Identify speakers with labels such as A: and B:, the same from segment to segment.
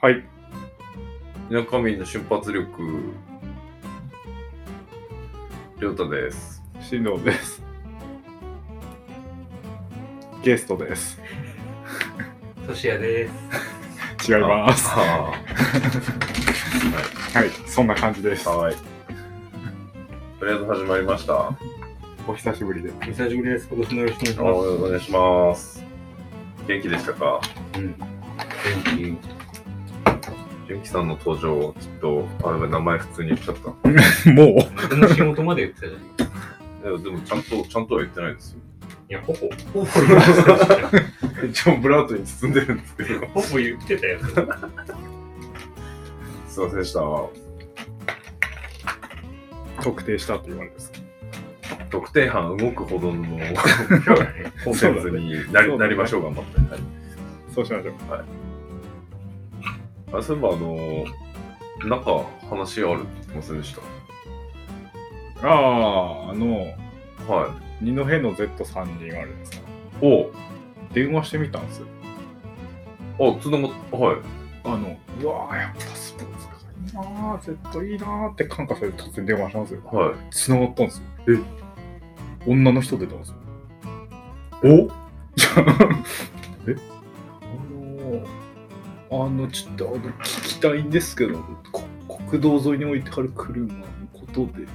A: はい。田舎民の瞬発力。りょうたです。
B: シノです。ゲストです。
C: トシヤです。
B: 違います。
A: あ
B: はい、そんな感じです
A: あ。。はい。とりあえず始まりました。あ
B: お久しぶりで。
C: お久しぶりです。今年のよろしくお願いし
A: お願いします。元気でしたか
C: ます。うん。元
A: 純喜さんの登場、きっと、あれ名前普通に言っちゃった。
B: も
C: 気。僕の仕事まで言ってたじゃん。い
A: いやでもちゃんと、ちゃんとは言ってないですよ。
C: や、ほぼ、ほぼ言ってたじゃん
A: 一応ブラウトに包んでるんですけど。
C: ほぼ言ってたよ。
A: すいませんでした。
B: う特定したって言われです。
A: 特定班動くほどの
C: そうだね。
A: コンテンツになりなりましょう、頑張って。はい
B: そうしましょう。
A: あそういえば、あのー、なんか話あるって言ってませんでし
B: ああ、あの、
A: た。は
B: 二戸の Z さんにあれですか。
A: い。お
B: 電話してみたんですよ。
A: お、あ、つながった。はい。
B: あの、うわあ、やっぱスポーツかいいなあ、Z いいなあって感化されて突然電話したんですよ。
A: は
B: 繋がったんですよ。え女の人出たんですよ。
A: い。
B: あ
A: お
B: の、あの、ちょっと、あの、聞きたいんですけど、こ国道沿いに置いてある車のことで、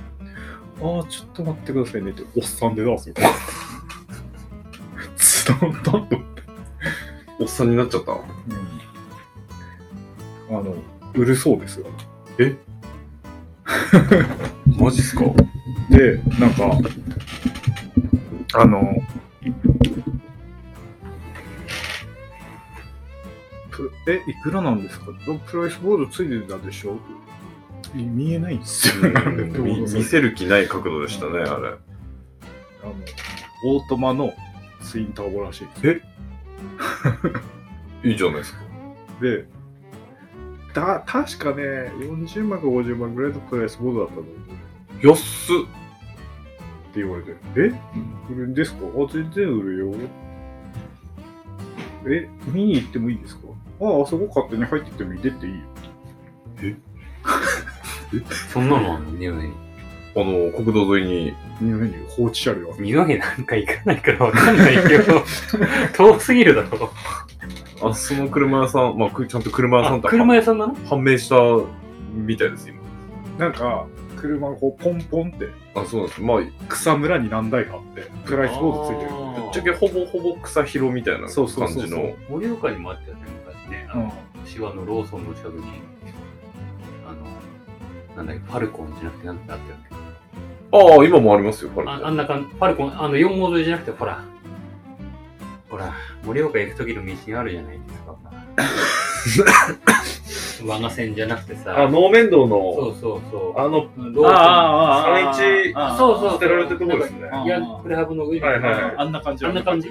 B: ああ、ちょっと待ってくださいねって、おっさんで出すよ。 つながったと思って。
A: おっさんになっちゃった。
B: あの、売るそうですよ。
A: マジっすか
B: で、なんか、あの、プえ、いくらなんですかプライスボードついてたでしょ見えないんですよ。
A: み 見せる気ない角度でしたね、あれ。
B: あの、オートマのツインターボらしい
A: いいじゃないですか。
B: で、だ、確かね、40万か50万ぐらいのプライスボードだったの
A: 安っ。
B: って言われて、え売るんですかあ、全然売るよ。え、見に行ってもいいですかああ、あそこ勝手に入ってって見てっていいよ。
C: そんなのあんの匂い。
A: あの、国道沿いに。
B: 二の目に放置車両ある。
C: 匂いなんか行かないからわかんないけど、遠すぎるだろ。
A: あ、その車屋さん、まあ、くちゃんと車屋さん
C: あ、
A: って
C: 車屋さんなの
A: 判明したみたいです、今。
B: なんか、車がこうポンポンって、
A: あ、そうなんです。まあ、ぶっ
B: 草むらに何台かあって、プライスボードついてる。
A: ちゃけほぼほぼ草広みたいな
B: そ
A: 感
B: うそうそうそう
A: じの。
C: 盛岡にもあったよね、昔ね。あ
B: う
C: の
B: ん。
C: シワのローソンの近くに、あの、なんだっけ、ファルコンじゃなくてなんだっけあったよね。
A: ああ、今もありますよ、パルコ
C: ああんなかん、ファルコン、あの、4号沿いじゃなくて、ほら、ほら、盛岡行く時の道があるじゃないですか。我が線じゃなくて
A: あ、
C: さ、
A: 能面堂
C: そ
A: の、
C: うそうそう。
A: あの、
C: ローソン
B: あ
A: ー
C: あーそうそう
A: 捨てられたとこですね。
B: あー
C: いや、プレハブの上に、
A: はいはいはい
B: あんな感じ
C: あんな感じ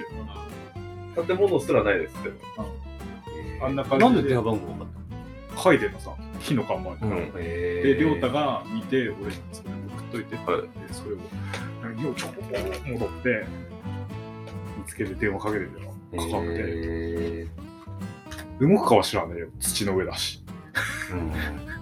A: 建物すらないですけど。
C: えー
B: あんな感じで
C: なんで電話番号分かっ
B: 書いてんのさ、木の看板に。
C: たの、
A: うん
C: え
B: で、りょうたが見て、俺、それ送っといてって言って、それを、なんかようちょこ戻って、見つけて電話かけてるよ。かかって。
C: え
B: 動くかは知らねえよ。土の上だし。
C: ーう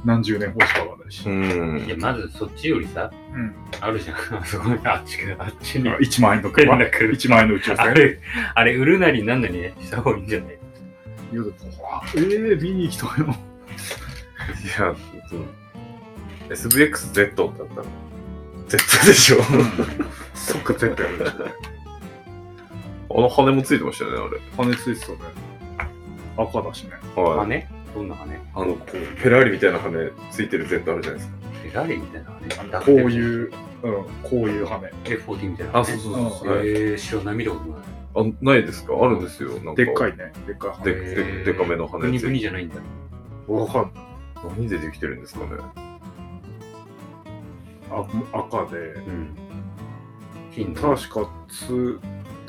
B: 何十年放置かわかんないし。
A: うん
C: いや、まずそっちよりさ、
B: うん
C: あるじゃん。あ そこにあっちから、あっちに。
B: 1万円の
C: 変
B: 車
C: な。車
B: 1万円の宇宙
C: あ
B: 船。
C: れ、あれ、売るなりなんなりね、した方がいいんじゃない
B: 言うとこうあえー、見に行きたいの。
A: いや、そう SBXZ だったら、Z でしょ。
B: 即絶対やる。
A: あの羽もついてましたよね、あれ。
B: 羽ついてたね。赤だしね。
A: はい。
C: 羽どんな羽
A: あの、こう、フェラーリみたいな羽ついてる Z あるじゃないですか。
C: フェラーリみたいな羽。
B: こういうう、うん、こういう羽。
C: F40 みたいな羽。
A: あ、そうそうそうそう。はい
C: えー、知らない、見たことない。
A: あないですかあるんですよ。なんか
B: でっかいね。でっかい
A: で
B: 羽。
A: ででかめの羽
C: プニ
A: つ
C: プ
A: い
C: ニ
A: て
C: じゃないんだ。
B: わかんない。
A: 何でできてるんですかね。
B: あ赤で。
C: うん。金の。
B: 確か、つ、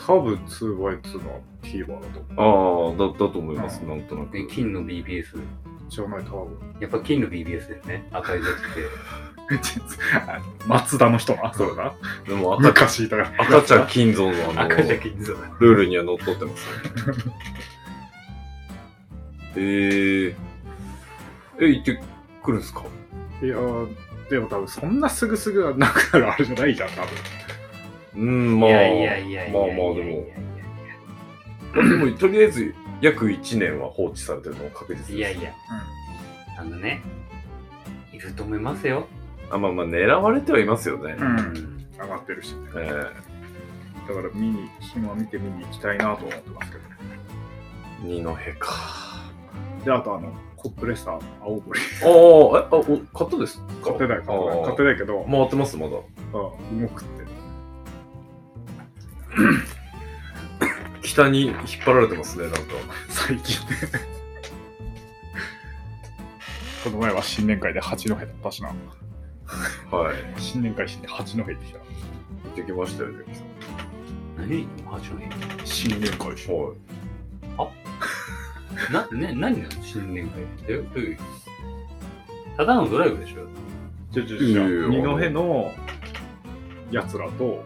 B: 多分 2x2 の T バーだと思う。
A: ああ、だだと思います、なんとなく
C: で。金の BBS。
B: 知らないタワー
C: やっぱ金の BBS だよね。赤い Z って。
B: あ松田の人な、それな。
A: でも赤
B: 昔いたから。
A: 赤ちゃん金蔵のあの
C: 赤じゃ金蔵だ。
A: ルールにはのっとってますね。へええ、行ってくるんですか
B: いやー、でも多分そんなすぐすぐはなくなるあれじゃないじゃん、多分。
A: うん、まあ。
C: いやいやいやいやいやいやいやいや。
A: まあまあでもでも、とりあえず、約1年は放置されてるのも確実です。
C: いやいや、あのね、いると思いますよ。
A: あまあまあ、狙われてはいますよね。
B: う
A: え
B: ん。上がってるしね。
A: え
B: だから見に、今見て見に行きたいなと思ってますけどね。
A: 二戸か。
B: で、あとあの、コップレスター、青森。
A: ああ、え、あ、お買ったですか
B: 買ってない、買ってない。買って
A: い。
B: ないけど、
A: 回ってます、まだ。
B: うん、動くって。
A: 北に引っ張られてますね、なんか。
B: 最近ね。この前は新年会で八戸だったしな。
A: はい。
B: 新年会して八戸行ってきた。
A: 行ってきましたよね。
C: 何八の部
B: 新年会し
A: は
C: な、ね、何なの新年会って。どういうただのドライブでしょ。
B: じゃじゃじゃ
A: いやいや
B: 二戸のやつらと、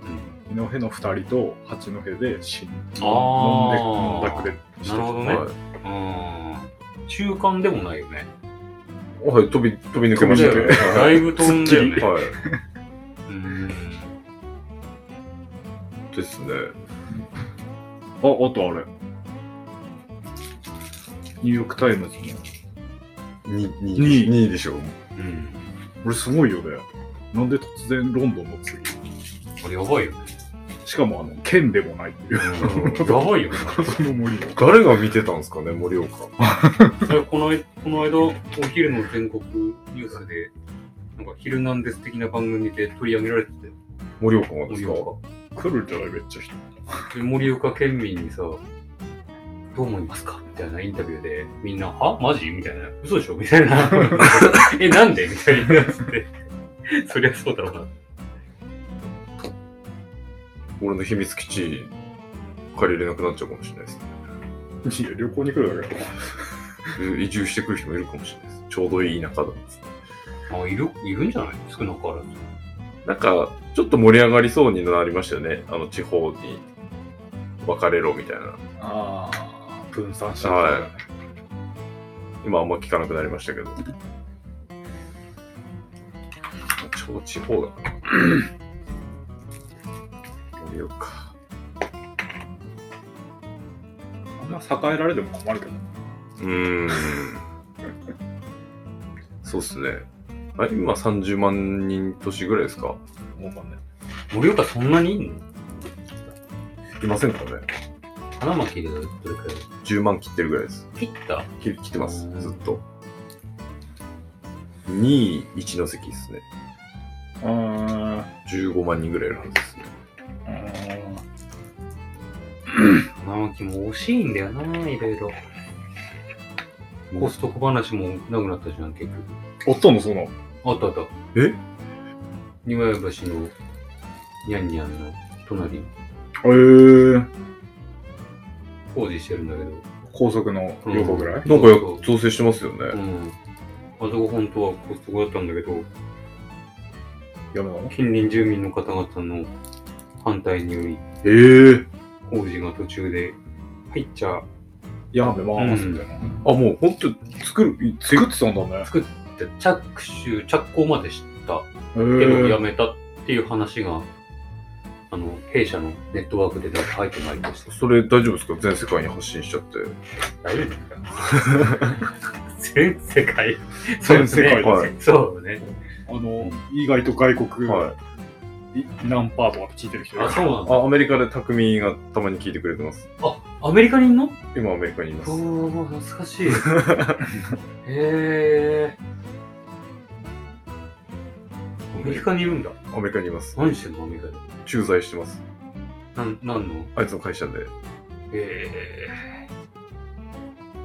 B: 二戸の二人と八戸で新
C: あ
B: 飲んで、飲んだ
C: ー
B: くれして
C: なるほど
A: い。
C: ね
A: は
C: うん。中間でもないよね。
A: い。はい、飛び、飛び抜けましたよね。
C: だいぶ飛んだよ ね。
A: はい。
C: うん。
A: ですね。
B: あ、あとあれ。ニューヨークタイムズの。
A: 2位
B: 二位
A: 2位でしょ。
C: うん。
B: 俺すごいよね。なんで突然ロンドンの次
C: これや ばいよね。
B: しかもあの、県でもないっていう。
C: うんやばいよね。
B: その森の。
A: 誰が見てたんですかね、盛岡。
C: それこのこの間、お昼の全国ニュースで、なんか、ヒルナンデス的な番組で取り上げられてたよ。
A: 盛岡がですか
C: 盛
B: 来るんじゃないめっちゃ人。
C: で盛岡県民にさ、どう思いますかみたいなインタビューで、みんな、はマジみたいな、嘘でしょみたいな。 え、なんでみたいなやつって。そりゃそうだろうな。
A: 俺の秘密基地借りれなくなっちゃうかもしれないですね。
B: いや、旅行に来るだけだ
A: で移住してくる人もいるかもしれないです。ちょうどいい田舎だっつって
C: あ、いる、いるんじゃない少なからず。
A: なんか、ちょっと盛り上がりそうになりましたよね。あの、地方に別れろみたいな。
B: ああ、分散して
A: は今あんま聞かなくなりましたけど。超地方だからな。盛岡。
B: あんま栄えられても困るけど。
A: うーん。そうっすね。あ今30万人都市ぐらいですか
B: もうかんない。
C: 盛岡そんなにいんの
A: いませんかね
C: 花巻でどれくらい
A: ?10 万切ってるぐらいです。
C: 切った
A: 切切ってます
C: う。ん
A: ずっと。2位、一ノ関ですね。
B: あ
A: 15万人ぐらいいるはずですね。
B: ーあ
C: 花巻も惜しいんだよな、いろいろ。コストコ話もなくなったじゃん、結
B: ー。
C: 局。
B: おったのその。
C: あったあった。
A: え
C: 庭屋橋のニャンニャンの隣、
B: えー、
C: 工事してるんだけど。
B: 高速の旅行ぐらい、
A: なんかや調整してますよね。
C: うん。あそこ本当はコストコだったんだけど、
B: 山なの
C: 近隣住民の方々の反対により、
A: ええ
C: 工事が途中で入っちゃっ
B: 山部回すみたいな。
A: あ、もう本当作る、
B: 作ってたんだね。
C: て着手、着工までした
B: え
C: けどや
B: ー、
C: めたっていう話が、あの、弊社のネットワークでなんか入ってまいりました。
A: それ大丈夫ですか全世界に発信しちゃって。
C: 大丈夫ですか全世界。
B: 全世界
C: そうね。そうね。
B: あの、意外と外国、、
A: はい
B: 何パーとかって聞いてる人いる
C: あ、そうなんだ。
A: あ、アメリカで匠がたまに聞いてくれてます。
C: アメリカにいんの
A: 今アメリカにいます。
C: おー、懐か しい。へー。アメリカにいるんだ。
A: アメリカにいます。
C: 何してんのアメリカで。
A: 駐在してます。
C: なん、なんの
A: あいつの会社で。
C: へ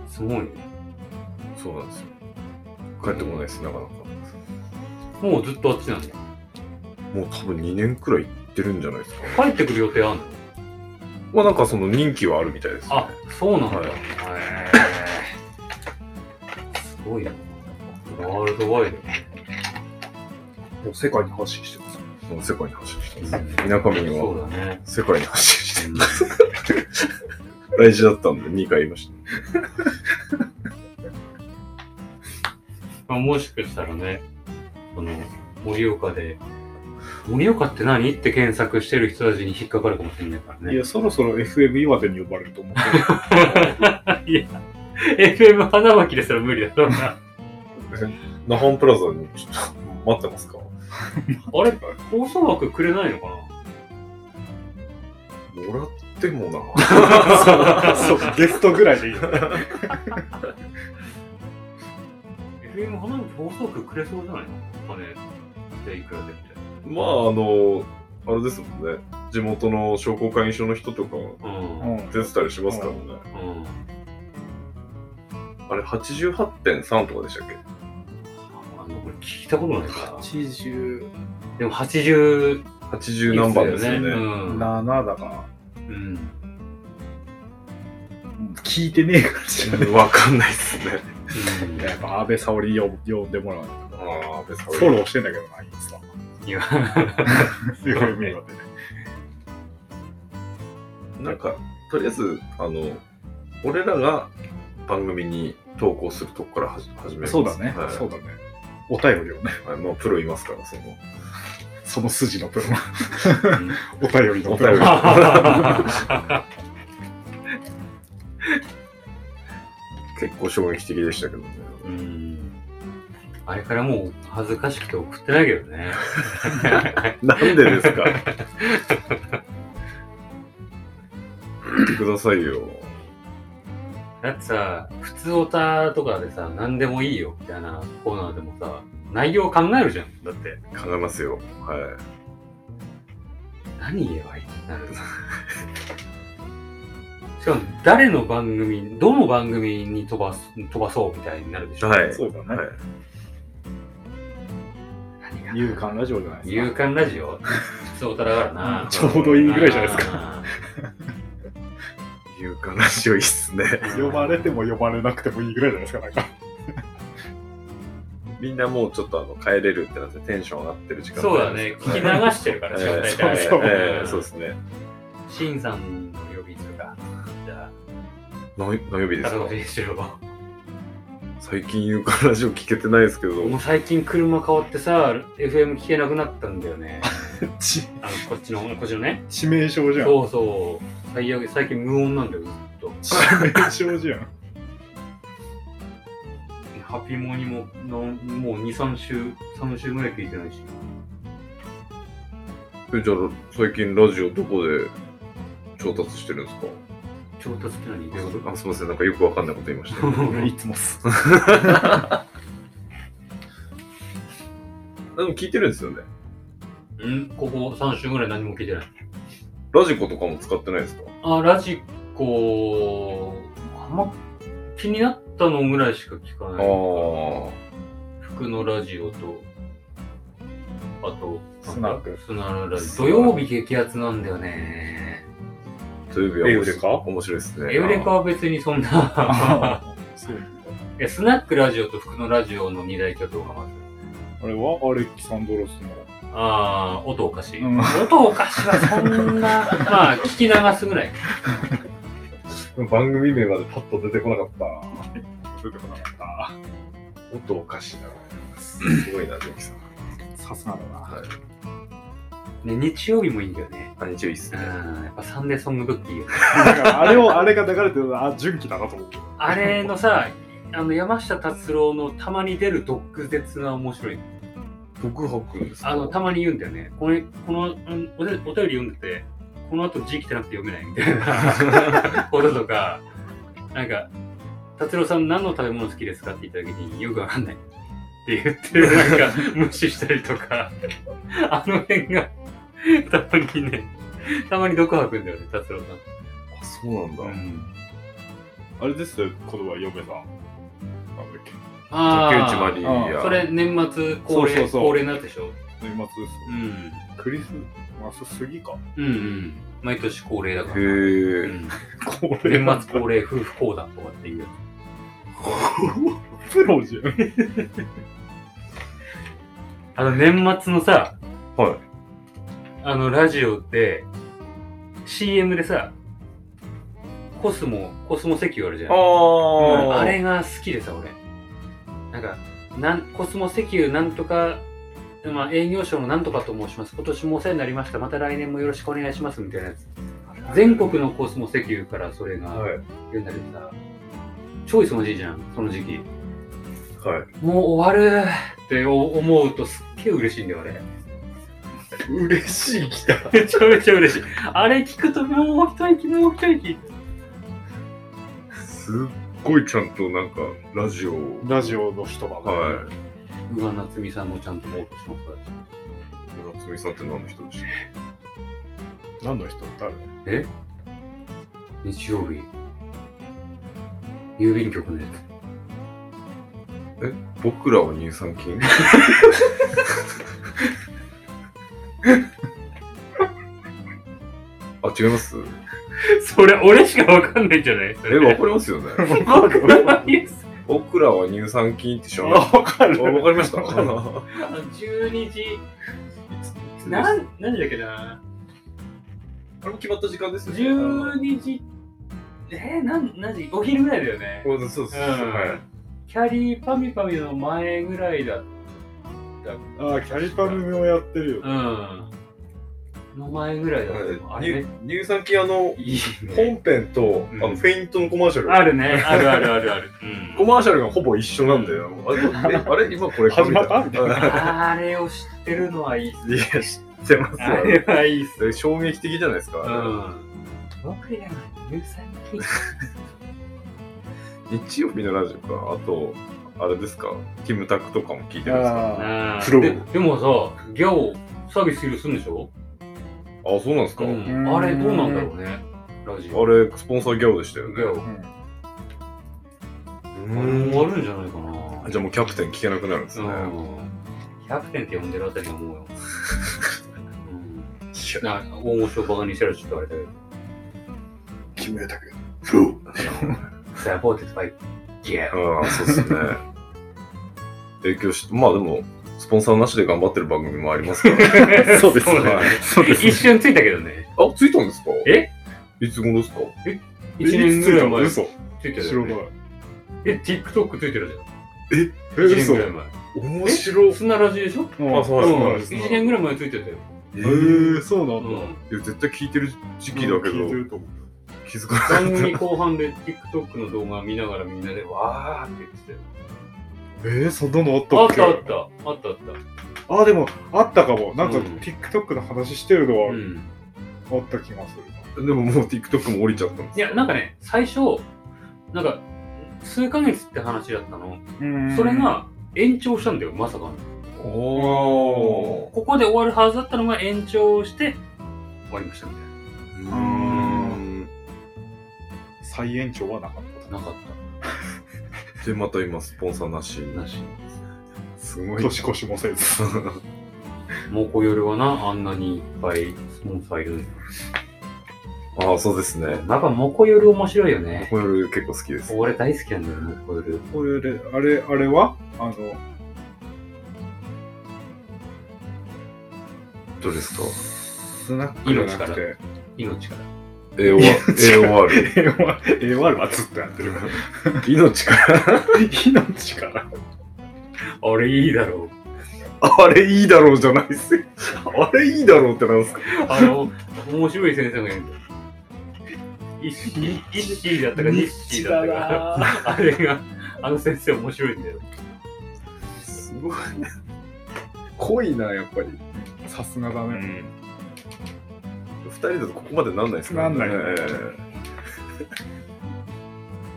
C: ー。すごいね。
A: そうなんですよ。帰ってこないです、なかなか。
C: もうずっとあっちなんだ。
A: もう多分2年くらい行ってるんじゃないですか。
C: 帰ってくる予定あんの
A: まあなんかその任期はあるみたいですね。
C: あ、そうなんだ。
A: はい
C: へーすごいな。ワールドワイド。
B: もう世界に発信してます。
A: もう世界に発信してます。みなかみに
C: そ
A: は
C: うだね。
A: 世界に発信して大事だったんで2回言いました。
C: まあ、 もしかしたらね、その、盛岡で、盛岡って何って検索してる人たちに引っかかるかもしれないから
B: い
C: ね。
B: や、そろそろ FM 岩手に呼ばれると思ってる。
C: FM 花巻ですら無理だろうな。
A: ナハンプラザにちょっと待ってますかも
C: あれ放送枠くれないのか
A: らっても な。
B: そう、 ゲストぐらいでいいよね。
C: な ?FM 花巻放送枠くれそうじゃないのお金、じゃあいくらでみたいな。
A: まあ、あの、あれですもんね。地元の商工会議所の人とか
C: うん。うん。
B: う
A: 出てたりしますからね。あれ、88.3とかでしたっけ
C: あの、これ聞いたことないか
B: 87
C: ら。でも80
A: ?80 何番ですよ
C: いくつだ
A: ね。
C: ね
B: だか、
C: うん。うん
B: 聞いてねえから知らね
A: わかんないっす ね。
B: え。やっぱ安倍沙織呼呼んでもらう。
A: ああ、別
B: フォローしてんだけどな、イン スタ。
C: いや、
B: FM 岩手ね。
A: なんか、とりあえず、あの、俺らが番組に投稿するとこから始始めます。
B: そうだね
A: は。い、
B: そうだね。お便りをね、
A: はいまあ、プロいますから、その。
B: その筋のプロ。
C: うん
B: お便りのプロ
A: お。便り結構衝撃的でしたけどね。
C: うんあれからもう恥ずかしくて送ってないけどね。
A: なんでです か言ってくださいよ。
C: だってさ、普通オタとかでさ、何でもいいよみたいなコーナーでもさ、内容考えるじゃん。だって、
A: 考えますよ。は
C: 何言えばいいってなる。しかも、誰の番組、どの番組に飛ばす飛ばそうみたいになるでし
A: い。
C: ょ。
A: はい。
B: そうだ
A: は
B: ね。
A: い、
C: 何が
B: 勇敢ラジオじゃないですか。。
C: 勇敢ラジオ普通オタだからな
B: ちょうどいいぐらいじゃないです
C: か。
A: 言うかラジオいいっすね。
B: 呼ばれても呼ばれなくてもいいぐらいじゃないですか、なんか。
A: みんなもうちょっとあの帰れるってなってテンション上がってる時間
C: そうだね。聞き流
A: い。
C: してるか
A: え
C: ら、
A: ー
C: しかも大
A: え
B: そ
A: ー
C: 体。
B: うそう
A: えーそうですね。
C: シンさんの予備とか、じゃ
A: のの予備
C: あ、
A: です
C: 片
A: か
C: 岡しろ。
A: 最近言うかラジオ聞けてないですけど、
C: もう最近車変わってさ、FM 聞けなくなったんだよ ね。
B: ち
C: あの、こっちの、こっちのね。
B: 致命傷じゃん。
C: そうそう。最悪、最近無音なんだよ、ずっと。
B: 致命傷じゃん。
C: ハピモにも、のもう2、3週、3週ぐらい聞いてないし。
A: えじゃあ最近ラジオどこで調達してるんですか
C: 調達って何どういうこ
A: あすみません、なんかよくわかんないこと言いました。
C: と
B: いつ もっす。
A: でも聞いてるんですよね。
C: うんここ3週ぐらい何も聞いてない。
A: ラジコとかも使ってないですか
C: あ、ラジコ、あんま気になったのぐらいしか聞か
A: あ
C: ない。
A: あ。
C: 服のラジオと、あと、
B: スナック
C: スナラジオ。土曜日激アツなんだよね。
A: 土曜日は面
B: エウレカ
A: 白い面白いですね。
C: エウレカは別にそんな。
B: そう
C: いやスナックラジオと服のラジオの二大巨頭がまず。
B: あれはアレキサンドロスの。
C: ああ、音おかしい。
B: うん
C: 音おかしはそんな、 まあ、聞き流すぐらい。
A: 番組名までパッと出てこなかった。
B: 出てこなか
A: 音おかしいな。すごいな、ジョキさん。
B: った。さすがだな。
A: はい。
C: ね、日曜日もいいんだよね。
A: あ、日曜いいっす
C: う
A: ね。
C: ん、やっぱサンデーソングブッキーよね。
B: だからあれを、あれが流れてるのは、あ、純喜だなと思って。
C: あれのさ、あの山下達郎のたまに出る毒舌が面白い。
A: 僕吐くんですか
C: あの、たまに言うんだよね。これ、この、うんおでお便り読んでて、この後字汚くて読めないみたいなこととか、なんか、達郎さん何の食べ物好きですかって言った時によくわかんないって言って、なんか無視したりとか、あの辺が、たまにね、たまに毒吐くんだよね、達郎さ
A: あそうなんだ。
C: ん。
B: あれですよ、このは嫁さん。なんだっけ。
A: 竹内ま
C: あ
A: り
B: あ
A: や。
C: あ、それ年末恒例、
B: そうそうそう
C: 恒例になったでしょ。
B: 年末ですよ
C: う。ん。
B: クリスマス過ぎか。
C: うんうん。毎年恒例だから。
A: へ
C: う
A: え。
C: ん
B: こ
C: 年末恒例夫婦講談とかっていう。
B: プロじゃん。
C: あの、年末のさ、
A: はい。
C: あの、ラジオで、CM でさ、コスモ、コスモ石油あるじゃん。うん
A: あ
C: あれが好きでさ、俺。なんか、なんコスモ石油なんとか、まあ、営業所のなんとかと申します。今年もお世話になりました。また来年もよろしくお願いします。みたいなやつ。全国のコスモ石油からそれが
A: はい。
C: 言うんだけどさ、超忙しいじゃん、その時期。
A: はい。
C: もう終わるって思うとすっげえ嬉しいんだよ、俺。
A: 嬉しい、来た。
C: めちゃめちゃ嬉しい。あれ聞くともう一息、もう一息。
A: すっごいちゃんとなんか、ラジオを。
B: ラジオの人が。
A: は
C: うわ、夏美さんもちゃんともうとしますから
A: い。夏美さんって何の人でした
B: 何の人誰
C: 日曜日。郵便局のや
A: 僕らは乳酸 菌あ、違います
C: つ。 それ、俺しかわかんないんじゃないそ
A: え、 わかりますよね。
C: わかんないです。
A: 僕らは乳酸菌って知らない。あ
B: あ、わかる。
A: わかりま した。
B: わ
A: は
C: あの12時、なん、何時だっけな。
A: あれも決まった時間ですよね。
C: 12時、えー、なん、何時お昼ぐらいだよね。
A: そうです。そうです
C: うん
A: はい。
C: キャリーパミパミの前ぐらいだった。
B: あ、キャリパムをやってるよ。
C: うん。の前ぐらいだった。あれね。
A: 乳乳酸菌あの、
C: いいね。
A: 本編と、あ
C: うん
A: の、フェイントのコマーシャル。
C: あるね。あるあるあるある。うん
A: コマーシャルがほぼ一緒なんだよ。あれえあれ今これ
B: 始まった
A: みたいな
C: あれを知ってるのはいいっす。
A: いや、知ってます
C: あ
A: よ
C: れはいいっす。。
A: え衝撃的じゃないですか。
C: うん。僕らは乳酸菌。
A: 日曜日のラジオか、あと、あれですか、キムタクとかも聞いてるんですか
B: あプ
C: プ
B: ロ
C: ででもさ、ギャオ、サービスするんでしょ
A: あそうなんですか、
C: うん。あれどうなんだろうね。ラジオ。
A: あれ、スポンサーギャオでしたよね。
C: ギャオ。
B: あ。
C: うん、終わるんじゃないかな。
A: じゃあもうキャプテン聞けなくなるんですね。
C: うん。キャプテンって呼んでるあたりが 思うよ。うん
A: いや
C: な大御所をバカにしてるちょっとあれだけど。
B: 決めたけど。プロ。
C: サポーテッドバイギャオ。
A: うん、そうですね。 影響し、まあでも、スポンサーなしで頑張ってる番組もありますから。
B: そうです
C: そうだね
B: そうです。
C: 一瞬ついたけどね。
A: あ、ついたんですか
C: え
A: いつ頃ですか
C: 一年ぐらい前。
A: 嘘。
C: ついて
B: 知
C: る
B: ら
C: よ
B: な
C: ね、
B: い。
C: え、TikTok ついてるじゃん。
A: え、
C: 1年
A: 嘘
C: ぐ。らい前。
A: 面白い。
C: 砂ラジでしょ
B: あ
A: そうなんんで
C: うん
A: す
B: ね
C: 1年ぐらい前ついてたよ。
A: え
B: へえ、
A: ー、
B: そうな
C: うん
B: だ。
C: ん
A: いや、絶対聞いてる時期だけ
B: 聞いて
A: ど、
B: ると思う
A: 気づかな かった
C: 番組後半で TikTok の動画見ながらみんなでわーって言ってたよ。
B: えー、そんなのあったっ
C: あっ
B: け
C: たあった。あったあった。
B: あでも、あったかも。なんか、
C: うん
B: TikTok の話してるのは
C: うん。
B: あった気がするな。
A: でももう TikTok も降りちゃったんです
C: いや、なんかね、最初、なんか、数ヶ月って話だったの。
B: うん
C: それ、が延長したんだよ、まさかの。
A: お
C: ここで終わるはずだったのが延長して、終わりましたみたい
A: ー
B: ん再延長はなかった。
C: な。なかっ
A: で、また今、スポンサーなし。
C: た。なし。
A: すごい。
B: 年越しもせず。
C: もうこ夜はな、あんなにいっぱいスポンサーいるんだ
A: ああ、そうです
C: よ。
A: ね。
C: やっぱもこ夜面白いよね。
A: これ結構好きです。
C: 俺大好きなんだよ、もこ夜。
B: これで、あれ、あれはあの、
A: どうですか
B: スナックじゃなくて、
C: 命から。
A: ?AOR。AOR。
B: え、わるはずっとやってるから。
A: 命から。
B: 命から。
C: あれいいだろう。
A: あれいいだろうじゃないっすよ。あれいいだろうってなんですか
C: あの、面白い先生がいるんだよ。イッシーイッシーだったか、ニッシーだったか。あれが、あの先生面白いんだよ。
A: すごい。濃いな、やっぱり。
B: さすがだね。
A: 二人だとここまでなんないですか
B: なんない
A: ええ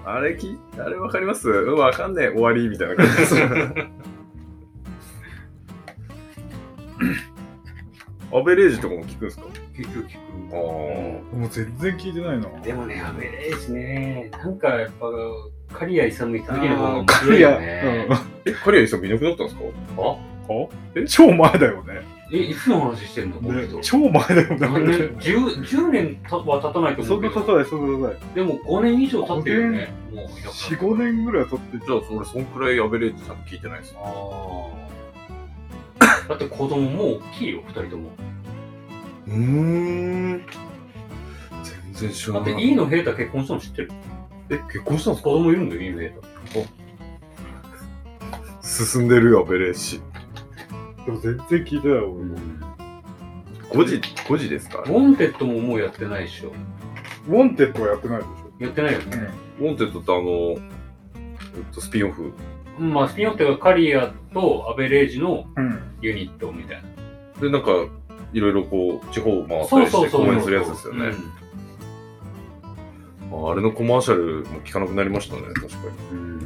A: あれき、あれわかりますうん、わかんねえ、終わりみたいな感じ です。アベレージとかも聞くんですか
C: 結局聞
A: あー
B: もう全然聞いてないな。
C: く。でもね、アベレージね、なんかやっぱ、刈谷勇行った時の方が面
B: あ
C: 白
B: い
C: いよ
B: や、
C: ね。
B: うん。
A: え、カリアさんいなくなったんですか
C: あ
B: 超前だよね。
C: え、いつの話してんのこの人。
B: 超前だよ
C: 何
B: ね。
C: 年 10, 10年たは経たないと思
B: そうう
C: け
B: だ
C: ど
B: そうだない、そうだない。
C: でも5年以上経ってるよね。もういなくなった
B: 4、5年ぐらいは撮ってて
A: じゃあ、それ、そんくらいアベレージさん聞いてないですね。
C: ああ。だって子供もう大きいよ、二人とも。
A: うーん。全然知
C: だ
A: ら
C: っ
A: な
C: て、
A: い。
C: イーノヘイタ結婚したの知ってる
A: え、結婚したんで
C: 子供いるんだよ、イーノヘイ
A: すか進んでるよ、アベレージ。
B: でも全然聞いてない俺も。
C: タ。
A: 5時、5時ですか
C: ウォンテッドももうやってないでしょ。
B: ウォンテッドはやってないでし
C: やってないよね。
A: モンテッドってあの、えっと、スピンオフ。
C: まあ、スピンオフというか、カリアとアベレージの
B: ょ。うん。
C: ユニットみたいな。
A: で、なんか、いろいろこう、地方を回った
C: そう
A: りし
C: そう
A: て
C: そう。
A: 公演するやつですよね。ああれのコマーシャルも聞かなくなりましたね、確かに。
C: うん。うん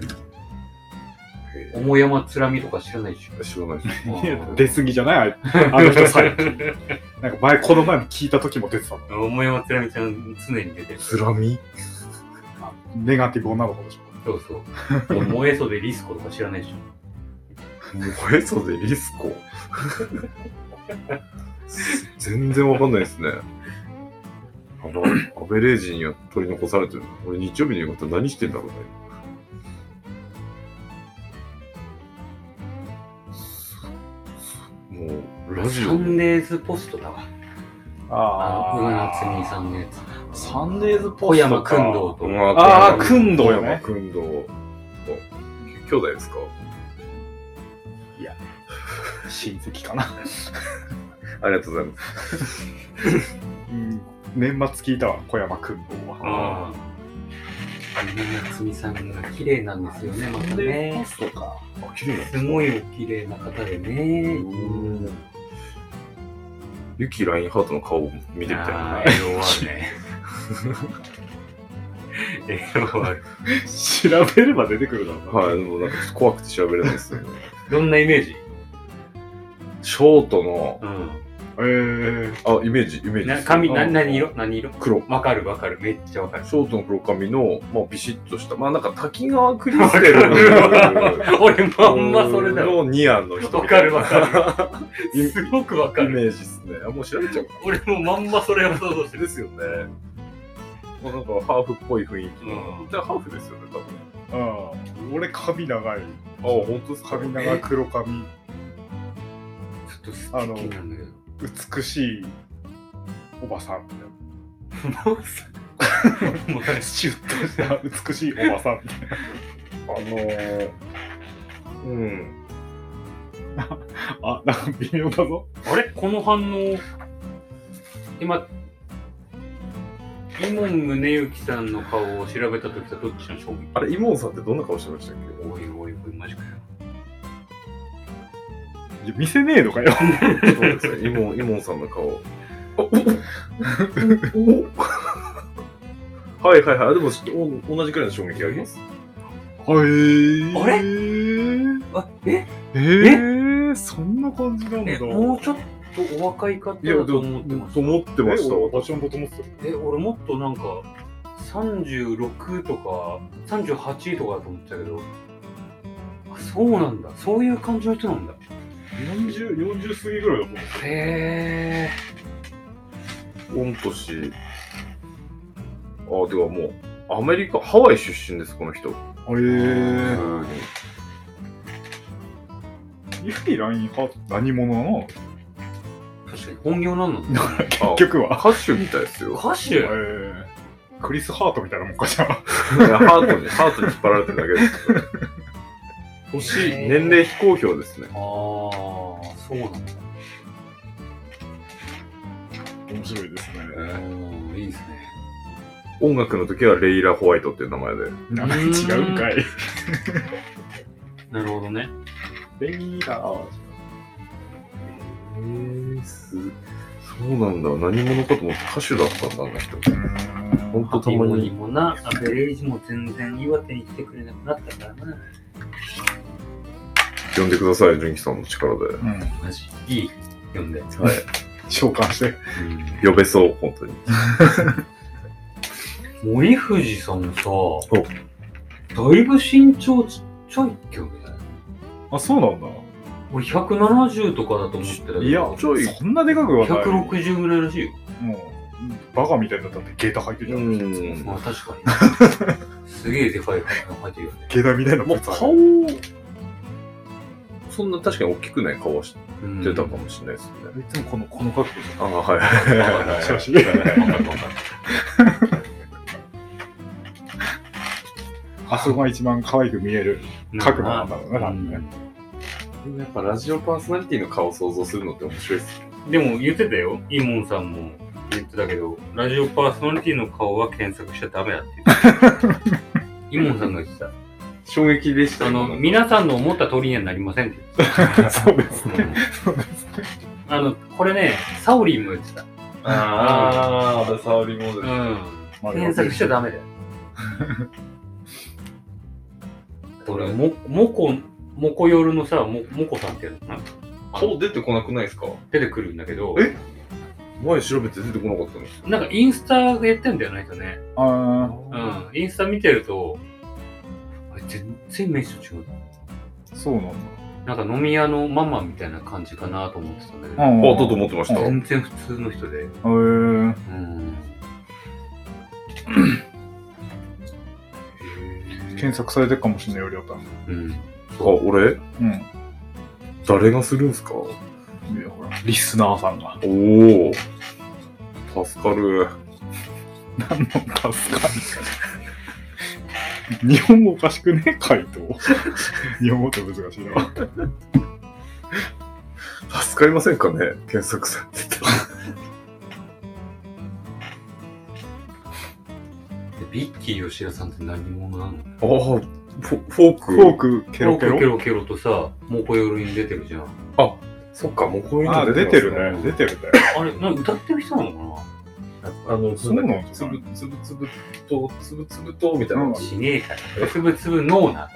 C: 桃山つらみとか知らないでしょ。
A: 知 らないです。
B: いや出過ぎじゃないあいあの人最近。 なんか前、この前も聞いた時も出てたの。
C: 桃山つらみちゃん常に出てる。
A: つらみ
B: ネガティブ女の子でし
C: そう そう。燃えそうでリスコとか知らないでしょ。
A: 燃えそうでリスコ全然わかんないですね。あの、アベレージには取り残されてる。俺日曜日の夕方何してんだろうね。もう、ラジ
C: サ
A: オ。
C: ンデーズポストだわ。
B: ょ。
C: あの、上夏美さんのやつ。
B: サンデーズポ
C: 小
B: スト
C: 山
B: か。
C: くんどうと。
B: ああ薫堂ね
A: 山君堂。あ兄弟ですか
B: 親戚かな。
A: ありがとうございます。
B: うん年末聞いたわ、小山くんどうは。
C: ああ。上夏美さんが綺麗なんですよね、また
B: ポ
C: ね。
B: ストか。
A: あ、綺麗だ。
C: すごいお綺麗な方でね。
A: ユキ・ラインハートの顔を見てみたい
C: あ
A: な
C: あ。エロはね。エロは
B: 調べれば出てくるだろうな。
A: はい、でもなんか怖くて調べれないですね。
C: どんなイメージ
A: ショートの、
C: う
B: えー、
A: あ、イメージ、イメージ
C: ん。
A: で
C: な
A: す。
C: 髪、
B: う
C: なん何色何色
A: 黒。
C: わかるわかる。めっちゃ わかる。
A: ショートの黒髪の、まあ、ビシッとした、まあなんか滝川クリステルの
C: 俺まんまそれだわ。
A: のニアの人
C: わ
A: み
C: か
A: たい
C: る
A: な。
C: わかる。
A: イ
C: すごくわか
A: イ
C: る。
A: メージですね。あ、もう調べちゃうか
C: 俺もまんまそれを想像して
A: な。
C: る。
A: ですよね。まあなんかハーフっぽい雰囲気の。
C: うん
A: じゃあハーフですよね、多分。
B: うん。俺、髪長い。
A: あ、本当ですか
B: 髪長い黒髪。
C: ちょっと好きなんだけど。
B: 美しいおばさんみたいな。
C: お前
B: シュッとした美しいおばさんみたい
A: あのー、うん。
B: な。あ、なんか微妙だぞ。
C: あれこの反応。今、イモン宗行さんの顔を調べたときはどっちの衝撃
A: あれ、イモンさんってどんな顔してましたっ け
C: おいおいおい、マジかよ。
B: いや見せねえのかよ。
A: そうですね。イモン、イモンさんの顔。あおおおはいはいはい。でもお、同じくらいの衝撃あります。
B: はい。
C: あれ
B: え
C: あえ
B: ー、そんな感じなんだ。
C: えもうちょっとお若い方
A: いや、で
C: だと思ってました。
A: 思ってました。
B: え私もと思って
C: え、俺もっとなんか、36とか、38とかだと思ってたけど、あそうなんだ。そういう感じの人なんだ。
B: た。40、40過ぎぐらいだと思って
C: へえ。
A: 御年。あ、ではもう、アメリカ、ハワイ出身です、この人。
B: た。え
A: うん
B: ー。ユキラインハート何者なの
C: 確かに本業なんなんだ。
A: あ
B: 結局は。
A: 歌手みたいです よ。
C: 歌
B: え
C: 手
B: ー、クリス・ハートみたいなもんかじゃあ。
A: いやハートに、ハートに引っ張られてるだけです。年、
C: へー
A: 年齢非公表ですね。
C: ああ、そうなんだ。
B: 面白いですね。
C: うん、いいですね。
A: 音楽の時はレイラ・ホワイトっていう名前で。
B: 名前違うんかい。
C: なるほどね。
B: レイラー。
A: へーすそうなんだ。何者かと思って歌手だったんだ、あの人。ほんとたま
C: ハピモニ
A: に。
C: もな、アベレージも全然岩手に来てくれなくなったからな。
A: 呼んでください、純喜さんの力で。
B: うん。
C: マジ。いい。読んで。
A: はい。
B: 召喚して。
A: 呼べそう、本当に。
C: 森藤さんさ、だいぶ身長ちっちゃいっけどね。
B: あ、そうなんだ。
C: 俺170とかだと思ってたけど。
B: いや、
A: ちょい
B: そんなでかくはない。
C: 160ぐらいらしいよ。
B: もう、バカみたいだったって、ゲータ履いてるじゃん。
A: うん。
C: まあ確か に。すげえでかい感じの入ってるよね。
B: ゲータみたいな
A: まあ、
B: 靴履いてる
A: 顔、そんな確かに大きくない顔はして
C: うん
A: たかもしれないですね。
B: いつもこの、この格好じゃん。
A: ああ、はい。はいはい はい
B: 写真
A: はいはいはい
B: あそこが一番可愛く見える角度なんだろうな、
C: う
B: なんかね
C: ん。
A: やっぱラジオパーソナリティの顔を想像するのって面白いですね。
C: でも言ってたよ。イモンさんも言ってたけど、ラジオパーソナリティの顔は検索しちゃダメだって 言ってた。イモンさんが言ってた。
A: 衝撃でした。
C: あの、皆さんの思った通りにはなりませんって言って
B: そうですね。
C: た。あの、これね、サオリンも言ってた。
A: ああ、サオリモード
C: う
A: です。
C: ん。
B: まあ
C: 検索しちゃダ メだよ。俺、も、もこ、もこ夜のさ、も、もこさんってやるのかな
A: 顔出てこなくないですか
C: 出てくるんだけど、
A: え前調べて出てこなかったんです
C: なんかインスタでやってんだよね、人ね。
B: あ
C: う
A: よ。
C: ん。インスタ見てると、あれ全然イメージと違う。
B: ーそうなんだ。
C: なんか飲み屋のママみたいな感じかなと思ってたんだけど、
B: うん
A: あ、だと思ってました。
C: 全然普通の人で。
B: えー、
C: うん。
B: 検索されてるかもしれないよ、りょうた。
C: うん。
A: あ、俺
B: うん。
A: 誰がするんすかお
B: いや、ほら、リスナーさんが。
A: お助かる。
B: 何の助かる日本語おかしくね回答。日本語って難しいな。
A: 助かりませんかね検索されてたら。
C: でビッキー吉田さんって何者な
A: あ
C: の
A: あ、フォフォーク。
B: フォーク、ケ
C: ケ
B: ロケロ
C: ケロケロとさ、もこよるに出てるじゃん。
A: そっか、もうこういう
B: あ、
A: の
B: 出てるね。
A: 出
B: 出
A: て
B: てるんだよ。
C: あれ、なんか歌ってる人なのか
A: ますあの、
B: そ
A: そうう
B: な
A: なんん
B: だ
A: だ。つぶつぶつぶと、つぶつぶと、みたいな。
B: うん
C: なしねえから。つぶつぶ脳 な。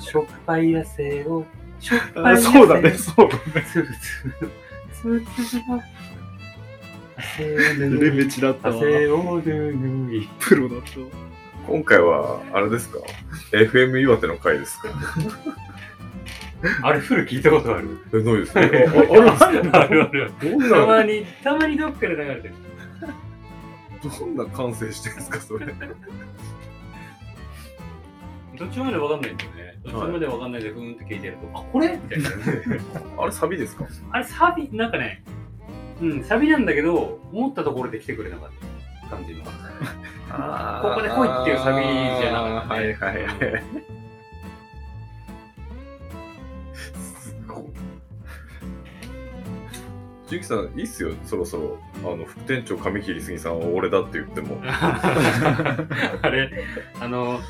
C: しょっぱい野生を、しょっぱい
B: あ
C: 野生
B: そうだね、そうだね。
C: つぶつぶ、つぶつぶの、汗を
B: レ
C: ぬぐい、
B: ベチだったわ。
C: 汗をぬぐい。
B: プロだったわ。
A: 今回は、あれですか ?FM 岩手の回ですか
C: あれ、フル聞いたことある。
A: え、ないですね。ああるんですか
C: あるある。
A: どん
C: たま
A: な、
C: に、たまにどっかで流れてる。
A: どんな感性してるんですか、それ。
C: 途中までわかんないんだよね。途中までわかんないで、ふーんって聞いてると、あ、これみたいな。
A: あれ、サビですか
C: あれ、サビ、なんかね、うん、サビなんだけど、思ったところで来てくれなかった感じの。
A: あ
C: ここで来いっていうサビじゃなくて。
A: はいはい はい。すごい。ジュキさん、いいっすよ、そろそろ。あの、副店長、上切杉さんは俺だって言っても。
C: あれ、あの、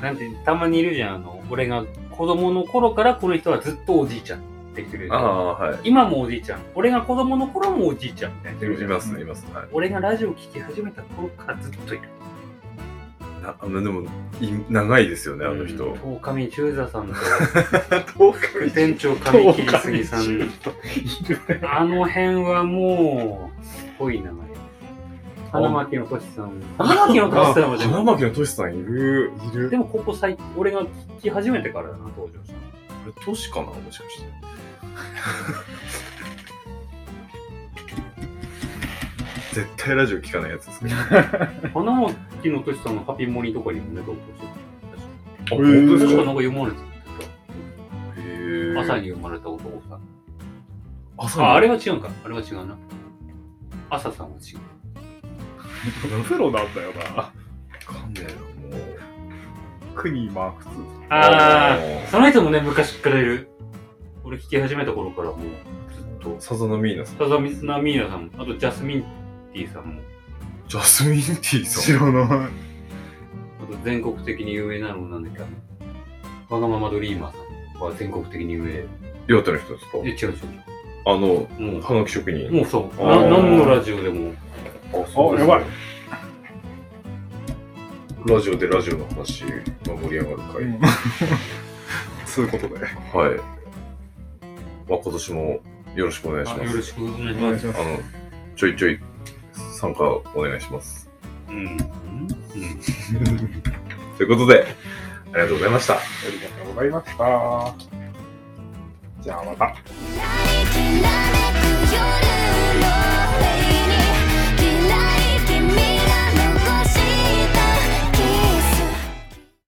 C: なんて、たまにいるじゃん。あの、俺が子供の頃からこの人はずっとおじいちゃんって言ってくれる
A: あ。あ、はい。
C: 今もおじいちゃん。俺が子供の頃もおじいちゃんみたいな人いるじ
A: い
C: ゃん。
A: ますね、います。はい。
C: 俺がラジオ聞き始めた頃からずっといる。
A: なあのでもい、長いですよね、あの人。
C: うん 東上中座さんと、
A: 遠くに
C: 店長上切りすぎさ
B: い
C: ん
B: る。ね
C: あの辺はもう、すごい名前。花巻のとしさん。花巻のとしさんはで
A: 花
C: も、
A: 巻のトシさんいる。いる。
C: でもここ最近、俺が聞き始めてからだな、登場したの。
A: これ都市かなもしかして。絶対ラジオ聞かないやつですけど。あ、
C: 花巻のとしさんのハピモリとかにもね、投稿して
A: 本
B: へ
A: 当
C: る。
A: で
C: 確
A: す
C: か
A: か
C: なんか読まれて
A: へ
C: た。
A: ー
C: 朝に生まれた男さん。
A: 朝
C: あ、あ
A: あれ
C: れは違うか。あれは違うな。朝さんは違う。
B: プロなんだよな。
A: わかんねえな、もう。
B: クニーマーク
C: あ
A: ー
C: あ、その人もね、昔からいる。俺聞き始めた頃からもう、ずっと。
A: サザナミーナさん。
C: さざみなみーなさんも、あとジャスミンティーさんも。
A: ジャスミンティー
B: 2。
A: さん。
B: 白の。
C: あと全国的に有名なのなんだっけあのわがままドリーマーさんは全国的に有名。
A: 岩手の人ですか
C: え、違う違
A: あの、
C: う違う。も
A: 花木職
C: う、
A: 人。
C: もうそう。
A: あ
C: な
A: ー
C: 何のラジオでも。
A: あ、そうです
B: あやばい。
A: ラジオでラジオの話が盛り上がる
B: う
A: 会。
B: んそういうことで。
A: はい。まあ、今年もよろしくお願いし
C: あ
A: ま
C: よ
A: す。
C: ろしくお願い
B: お
C: します。
B: しま
A: あの、ちょいちょい参加お願いします。
C: うん。うん。
A: ということで、ありがとうございました。
B: ありがとうございました。じゃあまた。
D: きらめく夜